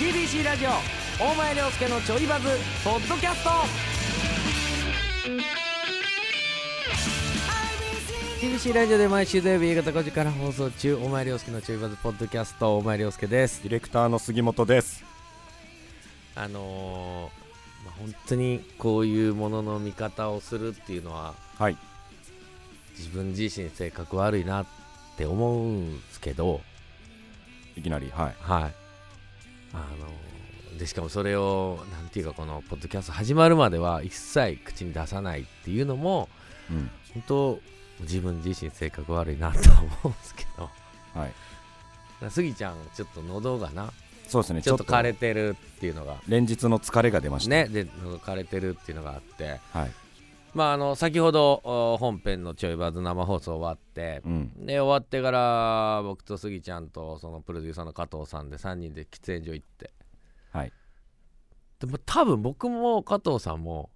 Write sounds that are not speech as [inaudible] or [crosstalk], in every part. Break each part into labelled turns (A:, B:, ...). A: ABC ラジオ大前涼介のちょいバズポッドキャスト TBC ラジオで毎週土曜日夕方5時から放送中大前涼介のちょいバズポッドキャスト大前涼介です
B: ディレクターの杉本です。
A: あのーまあ本当にこういうものの見方をするっていうのは
B: はい。
A: 自分自身性格悪いなって思うんですけど
B: いきなり、はい。
A: はいあのでしかもそれをなんていうかこのポッドキャスト始まるまでは一切口に出さないっていうのも
B: うん。
A: 本当自分自身性格悪いなとは思うんですけど
B: はい。
A: スギちゃんちょっと喉がな
B: そうですね。
A: ちょっと枯れてるっていうのが
B: 連日の疲れが出ました。
A: ねで喉枯れてるっていうのがあって
B: はい。
A: まああの先ほどお本編のちょいバズ生放送終わって
B: うん。
A: で終わってから僕とスギちゃんとそのプロデューサーの加藤さんで3人で喫煙所行って
B: はい。
A: でも多分僕も加藤さんも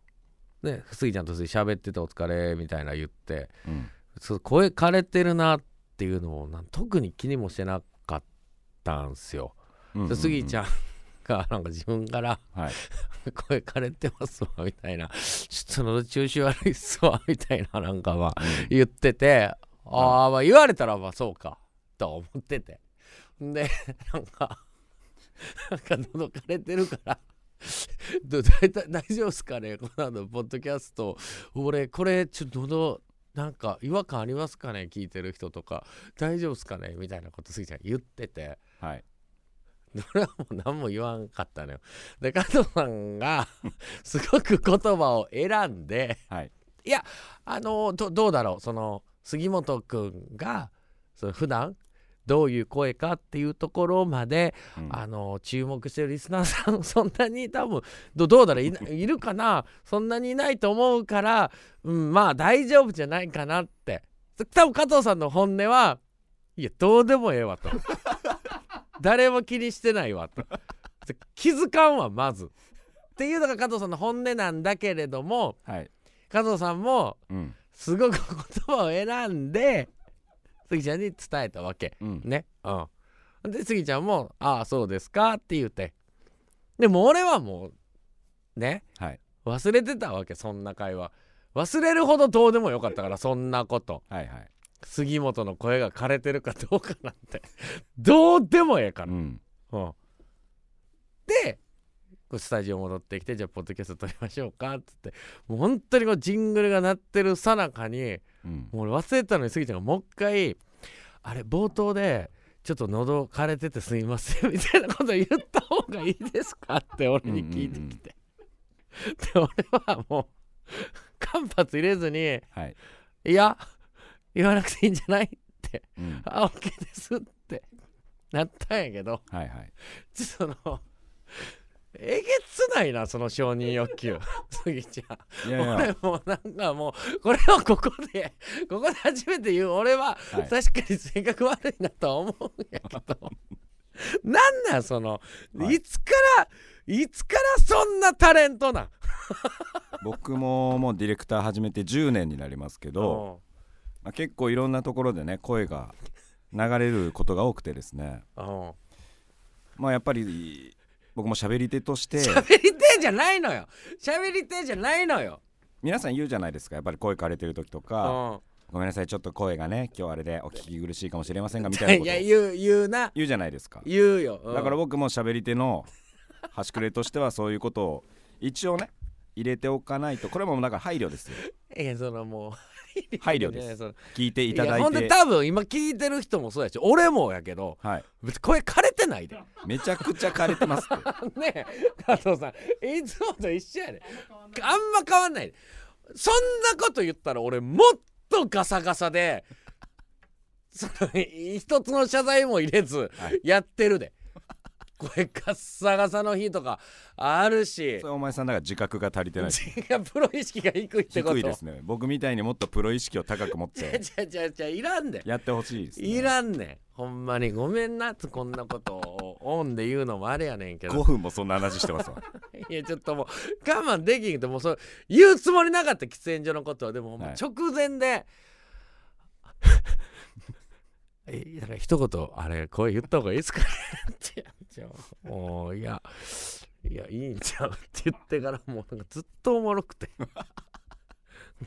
A: ねスギちゃんとスギ喋っててお疲れみたいな言って
B: うん。
A: そう声枯れてるなっていうのをなん特に気にもしてなかったんすよ。
B: うん
A: でスギち
B: ゃ
A: ゃんがなんか自分から
B: ん。はい。
A: 「 [laughs] 声枯れてますわ」みたいな「ちょっと喉調子悪いっすわ」みたいななんかは言ってて、ああまあ言われたらまあそうかと思っててでなんかなんか喉枯れてるからど大体大丈夫っすかねこの後ポッドキャスト俺これちょっと喉なんか違和感ありますかね聞いてる人とか大丈夫っすかねみたいなことすぎちゃん言ってて。
B: はい。
A: 俺はもう何も言わんかったのよ。で加藤さん
B: [laughs]
A: がすごく言葉を選んで
B: はい。
A: あのどどうだろうその杉本君がその普段どういう声かっていうところまで、
B: うん
A: あの注目してるリスナーさんそんなに多分どどうだろういないるかな [laughs] そんなにいないと思うから、うん、まあ大丈夫じゃないかなって多分加藤さんの本音はいやどうでもええわ
B: [laughs]
A: と誰も気にしてないわと気づかんわまずっていうのが加藤さんの本音なんだけれども
B: はい。
A: 加藤さんも
B: うん。
A: すごく言葉を選んで杉ちゃんに伝えたわけ
B: うん。
A: ねうんで杉ちゃんも「ああそうですか」って言うてでも俺はもうね
B: はい。
A: 忘れてたわけそんな会話忘れるほどどうでもよかったからそんなこと
B: はい。はい。
A: 杉本の声が枯れてるかどうかなんてどうでもええから
B: うん。
A: うん、でこうスタジオ戻ってきてじゃあポッドキャスト撮りましょうかっつってもう本当にこうジングルが鳴ってるさなかに
B: うん。
A: もう俺忘れてたのに杉ちゃんがもう一回あれ冒頭でちょっと喉枯れててすいませんみたいなこと言った方がいいですかって俺に聞いてきて、で俺はもう間髪入れずに
B: はい。
A: いや言わなくていいんじゃない
B: うん。
A: あ OK ですってなったんやけど
B: はい。はい。
A: ちょっとそのえげつないなその承認欲求スギちゃん
B: いやいや。 [laughs]
A: 俺もうなんかもうこれをここで [laughs] ここで初めて言う俺は
B: はい
A: 確かに性格悪いなとは思うんやけ
B: [laughs]
A: どなんなんその、
B: はい
A: い、つからいつからそんなタレントなん
B: 僕ももうディレクター始めて10年になりますけど、まあ、結構いろんなところでね声が流れることが多くてですね
A: うんうん
B: まあやっぱり僕も喋り手と
A: [laughs]
B: して
A: 喋り手じゃないのよ喋り手じゃないのよ
B: 皆さん言うじゃないですかやっぱり声枯れてる時と
A: [laughs]
B: か、
A: うん
B: ごめんなさいちょっと声がね今日あれでお聞き苦しいかもしれませんがみたいな
A: い
B: こと
A: や
B: を
A: 言う言うな
B: 言うじゃないですか
A: 言うよ、うん
B: だから僕も喋り手の端くれとしてはそういうことを一応ね入れておかないとこれもだから配慮ですよ
A: いやそのもう
B: 配慮です
A: ねその
B: 聞いていただ
A: やほん
B: い
A: で
B: て
A: 多分今聞いてる人もそうやし俺もやけど
B: はい
A: 別に声枯れてないでね
B: めちゃくちゃ枯れてますって
A: [laughs] え加藤さんいつもと一緒やであんま変わんないでそんなこと言ったら俺もっとガサガサ
B: [laughs]
A: でその一つの謝罪も入れず
B: はい
A: やってるで、声ガッサガサの日とかあるし [laughs]
B: それお前さんだから自覚が足りてない
A: 違うプロ意識が低いってこと
B: 低いですね僕みたいにもっとプロ意識を高く持っ
A: じゃ
B: て
A: じゃじゃじゃいらんで
B: やってほしいです、ね、
A: いらんねんほんまにごめんなこんなことをオンで言うのもあれやねんけ
B: 5
A: ど
B: 分もそんな話してますわ
A: いやちょっともう我慢できんくてもうそれ言うつもりなかった喫煙所のことはでもほんま
B: はい
A: 直前で、 [laughs] えなんか一言あれ声言った方がいいですかねってちゃうもういやいやいいんちゃうって言ってからもうなんかずっとおもろくてご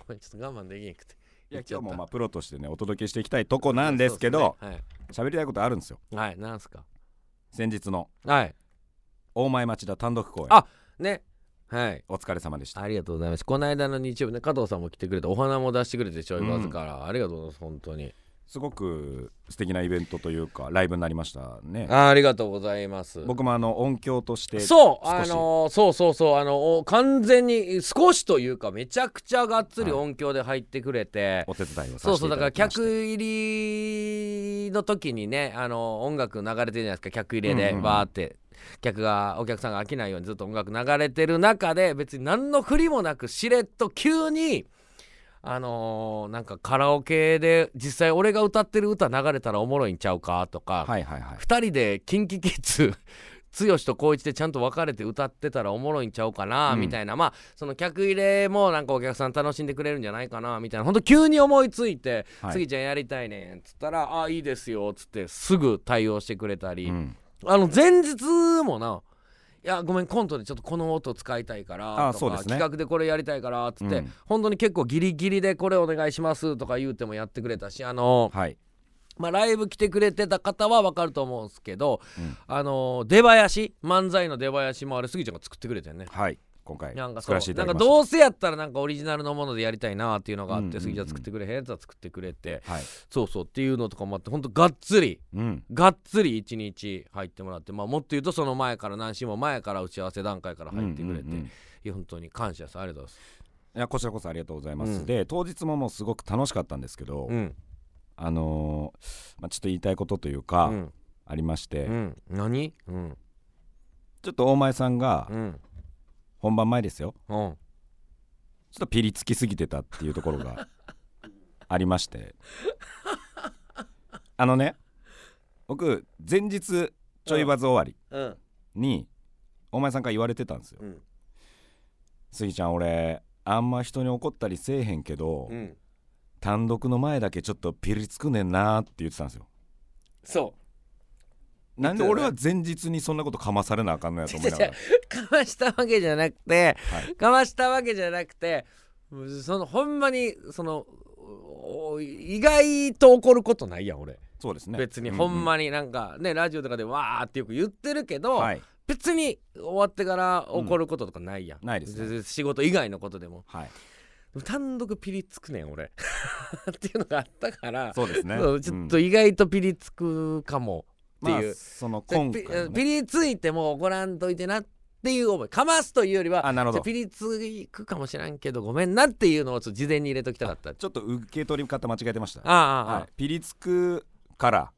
A: めんちょっと我慢できなくて
B: いや
A: 言っちゃ
B: 今
A: っ
B: 日
A: た
B: もまあプロとしてねお届けしていきたいとこなんですけど
A: そうです
B: 喋、りたいことあるんですよ
A: ねはい、はい、なんすか
B: 先日の
A: はい
B: 大前町田単独公演
A: あねはい
B: お疲れ様でした
A: ありがとうございますこの間の日曜日ね加藤さんも来てくれてお花も出してくれてちょいバズから、ありがとうございます本当に
B: すごく素敵なイベントというかライブになりましたね
A: あありがとうございます
B: 僕もあの音響として
A: そう
B: 少
A: あ
B: し
A: のーそうそうそうあのお完全に少しというかめちゃくちゃがっつり
B: はい
A: 音響で入ってくれて、
B: お手伝い
A: そ
B: をさ
A: う
B: せて
A: そう
B: い
A: だか
B: た
A: ら
B: だきまして
A: 客入りの時にねあの音楽流れてるじゃないですか客入れ
B: うん
A: で
B: うんうん
A: バーって客がお客さんが飽きないようにずっと音楽流れてる中で別に何の振りもなくしれっと急に。あのーなんかカラオケで実際俺が歌ってる歌流れたらおもろいんちゃうかとか、
B: はいはいはい
A: 2人で [laughs] KinKiKids 剛と光一でちゃんと別れて歌ってたらおもろいんちゃうかな
B: うん
A: みたいな、まあその客入れもなんかお客さん楽しんでくれるんじゃないかなみたいなほんと急に思いついて「
B: はい
A: 次ちゃんやりたいねん」っつったら「あいいですよ」っつってすぐ対応してくれたり、
B: うん
A: あの前日もな「いやごめんコントでちょっとこの音使いたいから」
B: あ
A: と
B: そう
A: か、
B: ですね
A: 企画でこれやりたいから」っつって、
B: うん
A: 本当に結構ギリギリで「これお願いします」とか言うてもやってくれたしあの
B: はい
A: まあ、ライブ来てくれてた方は分かると思うんですけど、
B: うん
A: あのー出囃子漫才の出囃子もあれ杉ちゃんが作ってくれてんね。
B: はい今回
A: なんか
B: 作
A: そう
B: らせてい
A: な
B: た
A: ん
B: だ
A: か
B: きまし
A: どうせやったらなんかオリジナルのものでやりたいなっていうのがあって、
B: うんうんうん
A: 杉ちゃん作ってくれへんやつは作ってくれて
B: たはい
A: そうそうっていうのとかもあってほんとがっつり
B: うん
A: がっつり一日入ってもらって、まあ、もっと言うとその前から何週も前から打ち合わせ段階から入ってくれて、
B: うんうんうん
A: いや本当に感謝ですありがとうござい
B: いやこちらこそありがとうございます、
A: うん
B: で当日ももうすごく楽しかったんですけど、
A: ますうん
B: あのーまあ、ちょっと言いたいことというか、
A: うん
B: ありまして、
A: うん何うん
B: ちょっと大前さんが
A: うん
B: 本番前ですよ
A: うん
B: ちょっとピリつきすぎてたっていうとこ
A: [laughs]
B: ろがありましてあのね僕前日ちょいバズ終わり
A: うん
B: に大前さんから言われてたんですよ
A: うん
B: 「スギちゃん俺あんま人に怒ったりせえへんけど、
A: うん
B: 単独の前だけちょっとピリつくねんな」って言ってたんですよ
A: そう
B: なんで俺は前日にそんなことかまされなあかんのやと思いな
A: [laughs]
B: がら
A: かましたわけじゃなくて、
B: はい
A: かましたわけじゃなくてそのほんまにそのお意外と怒ることないやん俺、
B: そうですね
A: 別にほん
B: に、
A: まになんかね、ラジオとかでわーってよく言ってるけど、
B: はい
A: 別に終わってから怒ることとかないやん、
B: うんないですね
A: 全然仕事以外のことでも
B: はい
A: でも単独ピリつくねん俺 [laughs] っていうのがあったから
B: そうですね
A: そうちょっと意外とピリつくかも、
B: うん
A: っていう
B: まあその
A: で
B: 今
A: ピ
B: 回のね
A: ピリついても怒らんといてなっていう思いかますというよりは
B: あなるほ
A: じゃあ
B: ど
A: ピリつくかもしらんけどごめんなっていうのをちょっと事前に入れときたかったあ
B: ちょっと受け取り方間違えてました
A: あああ、
B: はい、ピリつくから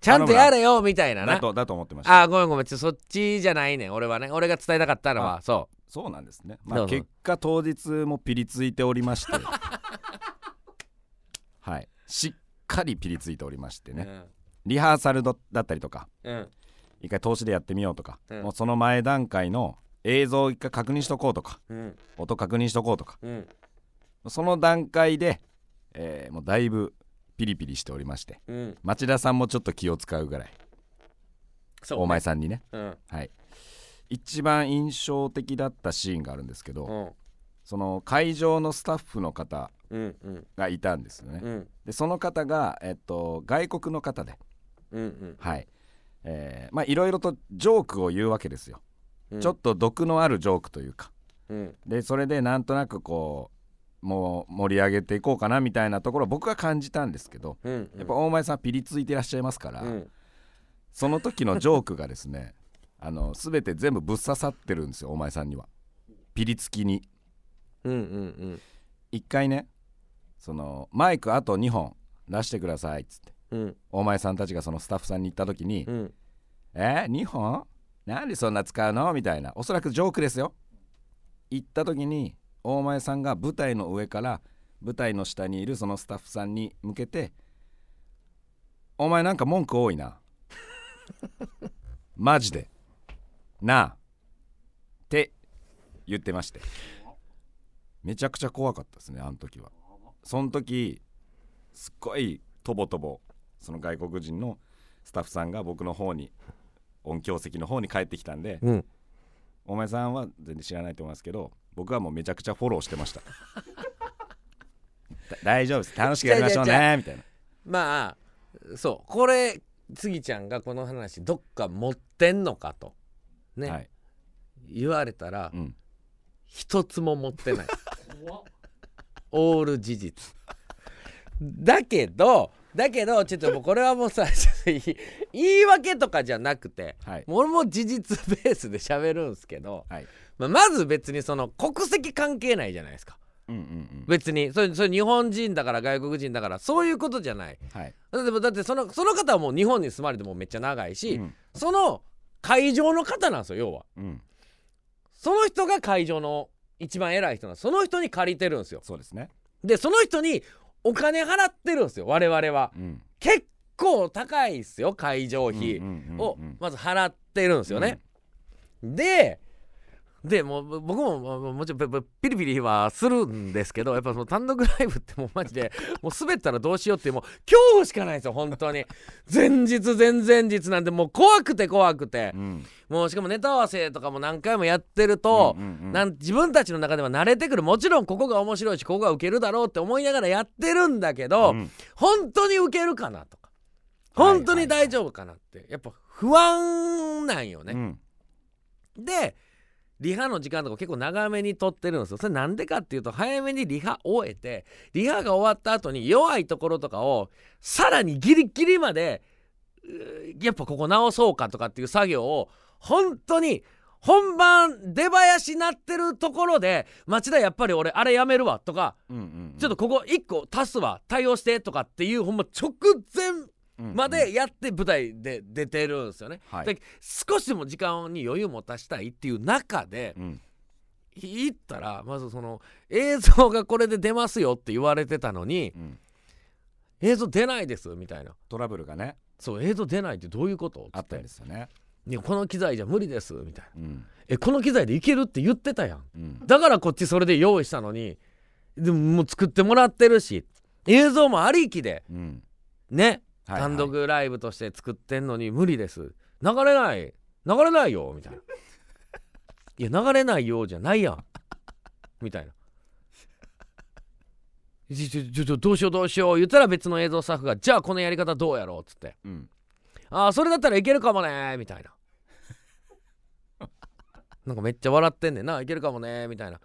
A: ちゃんとやれよみたいな
B: だ
A: な
B: とだと思ってました
A: ああごめんごめんちょそっちじゃないねん俺はね俺が伝えたかったのはそ
B: そうなんですね、ま
A: ど
B: あ、
A: うぞ
B: 結果当日もピリついておりまして
A: [laughs]
B: はいしっかりピリついておりまして
A: う、
B: ね、リハーサルだだったりとか
A: うんうん
B: 一回投資でやってみようとか、
A: うん
B: もうその前段階の映像を一回確認しとこうとか
A: うん
B: 音確認しとこうとか
A: うん
B: その段階で、えーもうだいぶピリピリしておりまして
A: うん
B: 町田さんもちょっと気を使うぐらい
A: そうね
B: お前さんにね
A: うん
B: はい一番印象的だったシーンがあるんですけど、
A: うん
B: その会場のスタッフの方
A: うんうん
B: がいたんですよね、
A: うん
B: でその方が、えっと、外国の方で
A: うん
B: はいえーまあいろいろとジョークを言うわけですよ、
A: うん
B: ちょっと毒のあるジョークというか
A: うん
B: でそれでなんとなくこうもう盛り上げていこうかなみたいなところを僕は感じたんですけど
A: うん
B: やっぱ大前さんピリついてらっしゃいますから、
A: うん
B: その時のジョークがですね [laughs] あの全て全部ぶっ刺さってるんですよ大前さんにはピリつきに
A: うんうん
B: 一回ねそのマイクあと2本出してくださいっつって
A: うんうん
B: 大前さんたちがそのスタッフさんに言った時に
A: う
B: 「
A: ん
B: えー、2本なんでそんな使うの?」みたいなおそらくジョークですよ言った時に大前さんが舞台の上から舞台の下にいるそのスタッフさんに向けて「お前なんか文句多いな [laughs] マジでなあ」って言ってましてめちゃくちゃ怖かったですねあの時はその時すっごいとぼとぼその外国人のスタッフさんが僕の方に音響席の方に帰ってきたんで
A: うん
B: お前さんは全然知らないと思いますけど僕はもうめちゃくちゃフォローしてました [laughs] だ大丈夫です楽しくやりましょう
A: じゃあじ
B: ねみたいな
A: まあそうこれスギちゃんがこの話どっか持ってんのかとね、
B: はい
A: 言われたら
B: うん
A: 一つも持ってないオール事実だけどだけどちょっともうこれはもうさ [laughs] ちょっとい言い訳とかじゃなくて
B: はい
A: もう俺も事実ベースで喋るんですけど、
B: はい
A: まあ、まず別にその国籍関係ないじゃないですか
B: うんうんうん
A: 別にそれそれ日本人だから外国人だからそういうことじゃない
B: はい
A: だってだってそのその方はもう日本に住まれてもうめっちゃ長いし、
B: うん
A: その会場の方なんですよ要は
B: うん
A: その人が会場の一番偉い人なんですその人に借りてるんですよ
B: そうですね
A: でその人にお金払ってるんですよ我々は
B: うん
A: 結構高いっすよ会場費
B: うんうんうんうん
A: をまず払ってるんですよね、ででもう僕ももうもちろんピピリピリはするんですけどやっぱその単独ライブってもうマジで [laughs] もう滑ったらどうしようっていうもう恐怖しかないんですよ本当に前日前々日なんてもう怖くて怖くて
B: う、ん
A: もうしかもネタ合わせとかも何回もやってると、
B: うんうんうん
A: なん自分たちの中では慣れてくるもちろんここが面白いしここがウケるだろうって思いながらやってるんだけど、
B: うん
A: 本当にウケるかなとか
B: はいはい
A: 本当に大丈夫かなってやっぱ不安なんよ
B: う
A: ね。
B: ん
A: でリハの時間とか結構長めに撮ってるんですよ。それなんでかっていうと早めにリハ終えてリハが終わった後に弱いところとかをさらにギリギリまでうーやっぱここ直そうかとかっていう作業を本当に本番出囃子なってるところで町田やっぱり俺あれやめるわとか
B: うんうん
A: ちょっとここ1個足すわ対応してとかっていうほんま直前
B: うん
A: までやって舞台で出てるんですよね。
B: はい
A: で少しでも時間に余裕持たしたいっていう中で
B: うん
A: 行ったらまずその映像がこれで出ますよって言われてたのに
B: うん
A: 映像出ないですみたいな。
B: トラブルがね
A: そう映像出ないってどういうこと
B: あったんですすよね
A: いやこの機材じゃ無理ですみたいな
B: うん
A: えこの機材でいけるって言ってたやん
B: うん
A: だからこっちそれで用意したのにでももう作ってもらってるし映像もありきで
B: うん
A: ね
B: はいはい
A: 単独ライブとして作ってんのに無理です流れない流れないよみたいないや流れないよじゃないやんみたいなちょちょちょどうしようどうしよう言ったら別の映像スタッフがじゃあこのやり方どうやろうっつって
B: うん
A: ああそれだったらいけるかもねみたいななんかめっちゃ笑ってんねんないけるかもねみたいな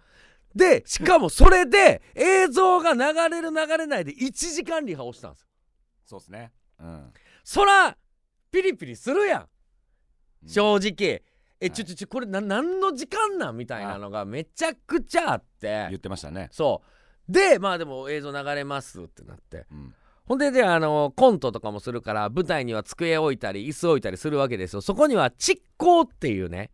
A: でしかもそれで映像が流れる流れないで1時間リハをしたんですよ
B: そうですねうん
A: そらピリピリするやん
B: うん
A: 正直え
B: はい
A: ちょちょちょこれな何の時間なんみたいなのがめちゃくちゃあって
B: 言ってましたね
A: そうでまあでも映像流れますってなって
B: うん
A: ほんでであのコントとかもするから舞台には机置いたり椅子置いたりするわけですよそこには蓄光っていうね、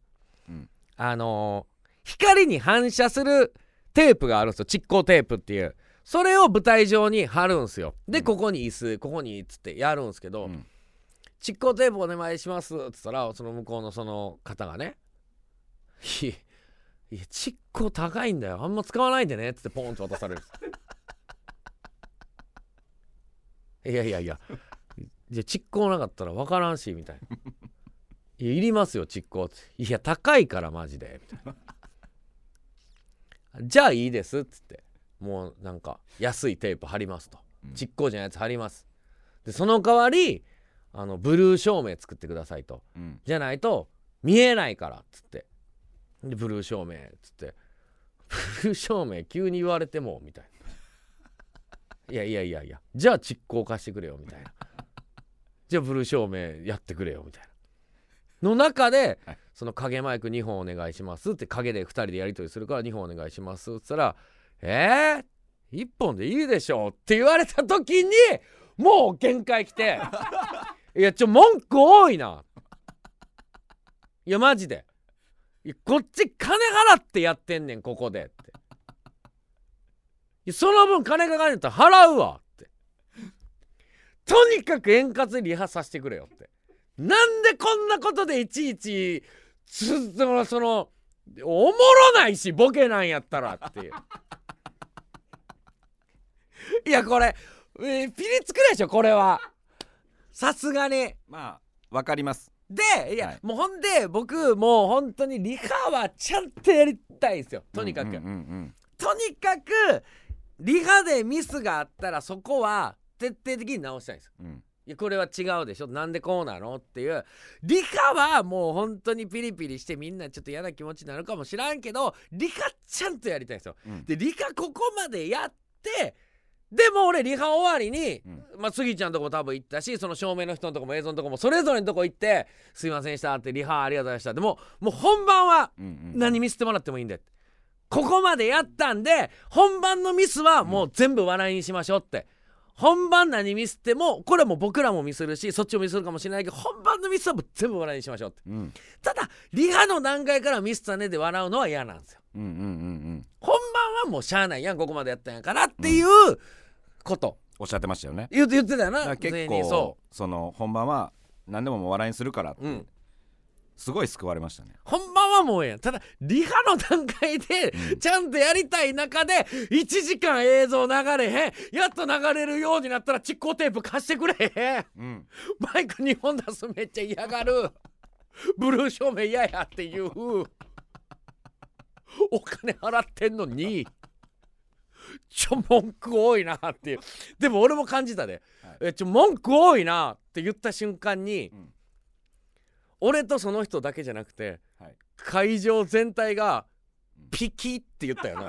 B: うん
A: あの光に反射するテープがあるんですよ蓄光テープっていうそれを舞台上に貼るんですよで
B: うん
A: ここに椅子ここにっつってやるんですけど、
B: うん
A: 蓄光テープお願いします」っつったらその向こうのその方がね「いやいや蓄光高いんだよあんま使わないでね」っつってポンと渡される [laughs] いやいやいやじゃあ蓄光なかったら分からんしみたいな「いやいりますよ蓄光」いや高いからマジで」みたいな「じゃあいいです」っつってもうなんか安いテープ貼りますと
B: うん
A: 蓄光じゃないやつ貼りますでその代わりあのブルー照明作ってくださいと
B: うん
A: じゃないと見えないからっつってでブルー照明っつって [laughs] ブルー照明急に言われてもみたいないやいやいやいやじゃあ蓄光化してくれよみたいなじゃあブルー照明やってくれよみたいなの中で
B: はい
A: その影マイク2本お願いしますって影で2人でやり取りするから2本お願いしますっつったら「えー、1本でいいでしょ」って言われた時にもう限界来て「いやちょ文句多いな」いやマジでいやこっち金払ってやってんねんここでっていやその分金かかるんやったら払うわってとにかく円滑にリハさせてくれよってなんでこんなことでいちいちつそのそのおもろないしボケなんやったらっていういやこれ、えーピリつくでしょこれはさすがに
B: まあわかります
A: でいや、
B: はい
A: もうほんで僕もう本当にリハはちゃんとやりたいんですよとにかく、
B: うんうんうん
A: とにかくリハでミスがあったらそこは徹底的に直したいんですよ
B: うんうん
A: いやこれは違うでしょなんでこうなのっていう理科はもう本当にピリピリしてみんなちょっと嫌な気持ちになるかもしらんけど理科ちゃんとやりたいんですよ
B: うん
A: で理科ここまでやってでも俺リハ終わりに、
B: う
A: まあ、スギちゃんのとこ多分行ったしその照明の人のとこも映像のとこもそれぞれのとこ行って「すいませんでした」ってリハありがとうございましたでももう本番は
B: うんうん
A: 何ミスってもらってもいいんでここまでやったんで本番のミスはもう全部笑いにしましょうって本番何ミスってもこれはもう僕らもミスるしそっちもミスるかもしれないけど本番のミスはもう全部笑いにしましょうって
B: うん
A: ただリハの段階からミスったねで笑うのは嫌なんですよ
B: うんうんうんうん
A: 本番はもうしゃあないやんここまでやったんやからっていうこと
B: おっしゃってましたよね
A: 言って言ってたよ
B: だか
A: な
B: ら結
A: 全員
B: 構
A: そ
B: その本番は何でももう笑いにするからって
A: ううん
B: すごい救われましたね
A: 本番はもうええやんただリハの段階でちゃんとやりたい中で1時間映像流れへんやっと流れるようになったらチッコテープ貸してくれへん
B: うん
A: マイク2本出すめっちゃ嫌がるブルー照明嫌やっていうお金払ってんのにちょ文句多いなっていうでも俺も感じたで、
B: はい
A: えちょ文句多いなって言った瞬間に、
B: うん
A: 俺とその人だけじゃなくて、
B: はい
A: 会場全体が
B: うん
A: ピキって言ったよな、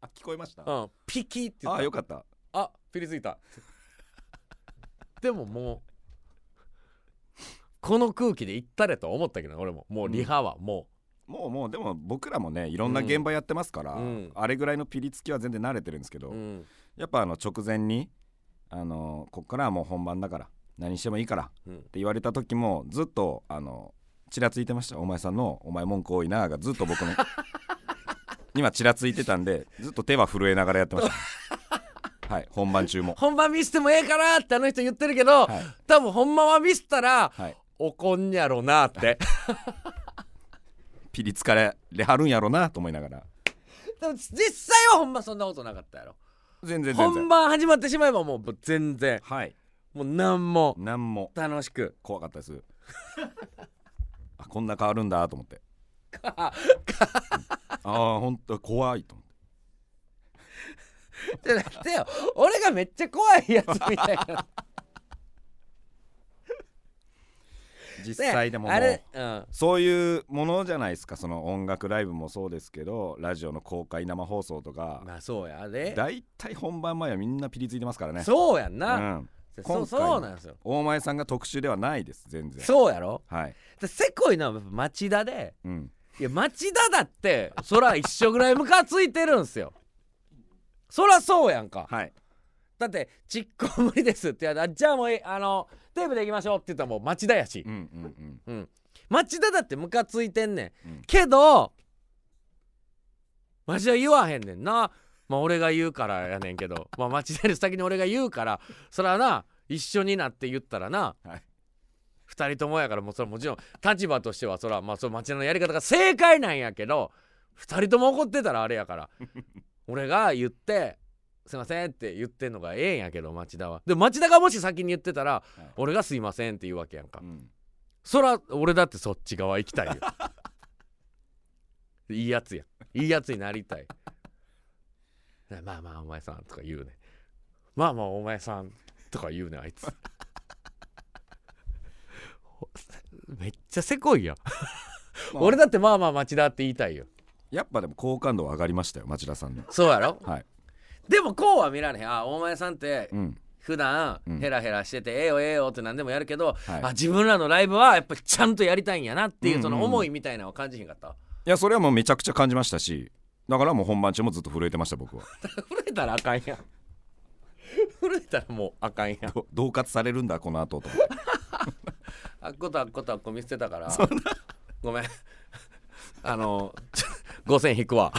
B: あ聞こえました
A: うん、ピキって言
B: あ
A: っ
B: あ
A: た
B: よかった
A: あピリついたでももうこの空気で行ったれと思ったけど俺ももうリハはも
B: もうもうでも僕らもねいろんな現場やってますから、
A: うんうん
B: あれぐらいのピリつきは全然慣れてるんですけ
A: う、
B: ど、
A: うん
B: やっぱあの直前にあのこっからはもう本番だから何してもいいからっ
A: うん
B: て言われた時もずっとあのちらついてましたお前さんの「お前文句多いな」がずっと僕
A: [laughs]
B: のにはちらついてたんでずっと手は震えながらやってましたはい本番中も
A: 本番見せてもええからってあの人言ってるけど、
B: はい
A: 多分ほんまは見せたら
B: はい
A: 怒んやろなって
B: ピリつかれはるんやろなと思いながら
A: [laughs] でも実際はほんまそんなことなかったやろ
B: 全然全
A: 本
B: 然
A: 番始まってしまえばもう全然
B: はい
A: もう何 [laughs] も
B: 何も
A: 楽しく
B: 怖かったです [laughs] あこんな変わるんだと
A: [laughs]
B: 思ってああほんと怖いと思って
A: じゃなくてよ俺がめっちゃ怖いやつみたいな [laughs]
B: 実際でもも
A: あ
B: う
A: れ、うん、
B: そういうものじゃないですかその音楽ライブもそうですけどラジオの公開生放送とか
A: まあそうやで
B: 大体本番前はみんなピリついてますからね
A: そうやん
B: う
A: な、
B: ん、
A: そう
B: 今回
A: そうなんですよ
B: 大前さんが特殊ではないです全然
A: そうやろ
B: はい、
A: でせこいのはやっぱ町田で
B: うん、
A: いや町田だってそら一緒ぐらいムカついてるんすよそらそうやんか
B: はい
A: だって「ちっこ無理です」って言われたらじゃあもういいあのテープでいきましょう」って言ったらもう町田やし
B: う、んうんうん
A: うん、町田だってムカついてんねん、
B: うん
A: けど町田言わへんねんなまあ俺が言うからやねんけどまあ町田より先に俺が言うからそらな一緒になって言ったらな、
B: はい
A: 二人ともやからもうそれはもちろん立場としてはそらまあその町田のやり方が正解なんやけど二人とも怒ってたらあれやから
B: [laughs]
A: 俺が言って「すいません」って言ってんのがええんやけど町田はで町田がもし先に言ってたら、
B: い
A: 俺が「すいません」って言うわけやんか
B: う、ん
A: そら俺だってそっち側行きたいよ [laughs] いいやつやいいやつになりたいまあまあお前さんとか言うねまあまあお前さんとか言うねあいつめっちゃせこいやん、
B: まあ
A: 俺だってまあまあ町田って言いたいよ
B: やっぱでも好感度は上がりましたよ町田さんの
A: そうやろ
B: はい
A: でもこうは見られへんあお前さんって
B: うん
A: 普段
B: うん
A: ヘラヘラしてて、ええよええよって何でもやるけど、
B: はい
A: あ自分らのライブはやっぱりちゃんとやりたいんやなっていううん
B: う
A: そ
B: ん
A: の思いみたいなのを感じへんかった、
B: いやそれはもうめちゃくちゃ感じましたしだからもう本番中もずっと震えてました僕は
A: [laughs] 震えたらあかん [laughs] やん震えたらもうあかんやん
B: [laughs] ど恫喝されるんだこの後と思って
A: あっことあっことあっこ見捨てたからごめん [laughs] あの [laughs] ちょ5000引くわ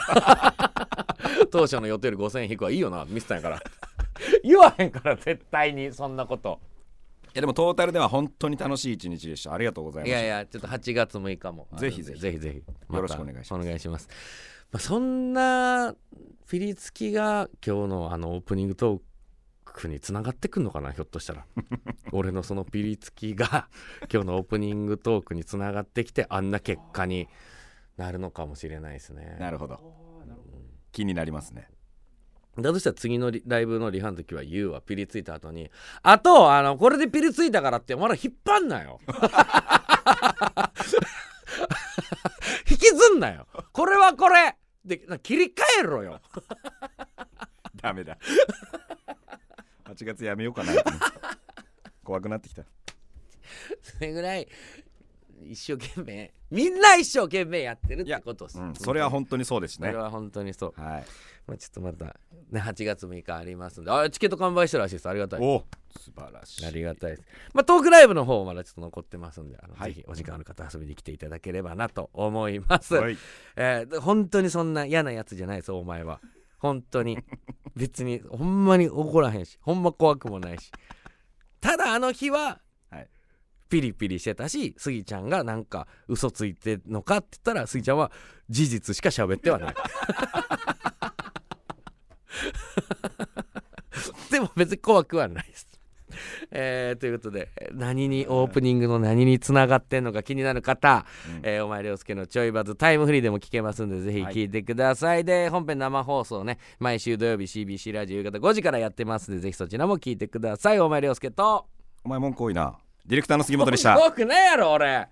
A: [laughs] 当初の予定より5000引くわいいよな見捨てたんやから [laughs] 言わへんから絶対にそんなこと
B: いやでもトータルでは本当に楽しい一日でしたありがとうございま
A: い
B: した
A: やいやちょっと8月6日も
B: ぜひぜひ
A: ぜひぜひ
B: よろしくお願いします
A: たお願いしますまあ、そんなピリつきが今日のあのオープニングトーくに繋がってくんのかなひょっと
B: [laughs]
A: したら俺のそのピリつきが今日のオープニングトークに繋がってきてあんな結果になるのかもしれないですね。
B: なるほど気になりますね
A: だとしたら次のリライブのリハの時は YOU はピリついた後にあとあのこれでピリついたからってまだ引っ張んなよ引きずんなよこれはこれでな切り替えろよ
B: [laughs] ダ [laughs] メだ8月やめようかな怖くなってきた
A: それぐらい一生懸命みんな一生懸命やってるっ
B: い
A: て
B: や
A: ことです、
B: うん、それは本当にそうです
A: それ
B: ね。
A: は本当にそう、
B: はい。
A: まあ、ちょっとまた、ね、8月6日ありますんであチケット完売してるらしいですありがたい
B: お素晴らしい。
A: ありがたいです。まあ、トークライブの方まだちょっと残ってますんで、あの
B: はい
A: ぜひお時間ある方遊びに来ていただければなと思います。
B: はい。
A: えーで本当にそんな嫌なやつじゃないです、お前は。本当に。 [laughs] 別に、ほんまに怒らへんし、ほんま怖くもないし。ただあの日は、
B: はい
A: ピリピリしてたし、スギちゃんがなんか嘘ついてんのかって言ったら、スギちゃんは事実しか喋っては
B: [laughs]
A: ない。 [laughs] でも別に怖くはないです。 [laughs] えーということで何にオープニングの何につながってんのか気になる方、
B: うん
A: えーお前涼介のちょいバズタイムフリーでも聞けますんでぜひ聞いてください、で本編生放送ね毎週土曜日 CBC ラジオ夕方5時からやってますんでぜひそちらも聞いてくださいお前涼介と
B: お前文句多いな。ディレクターの杉本でした。
A: 多くないやろ俺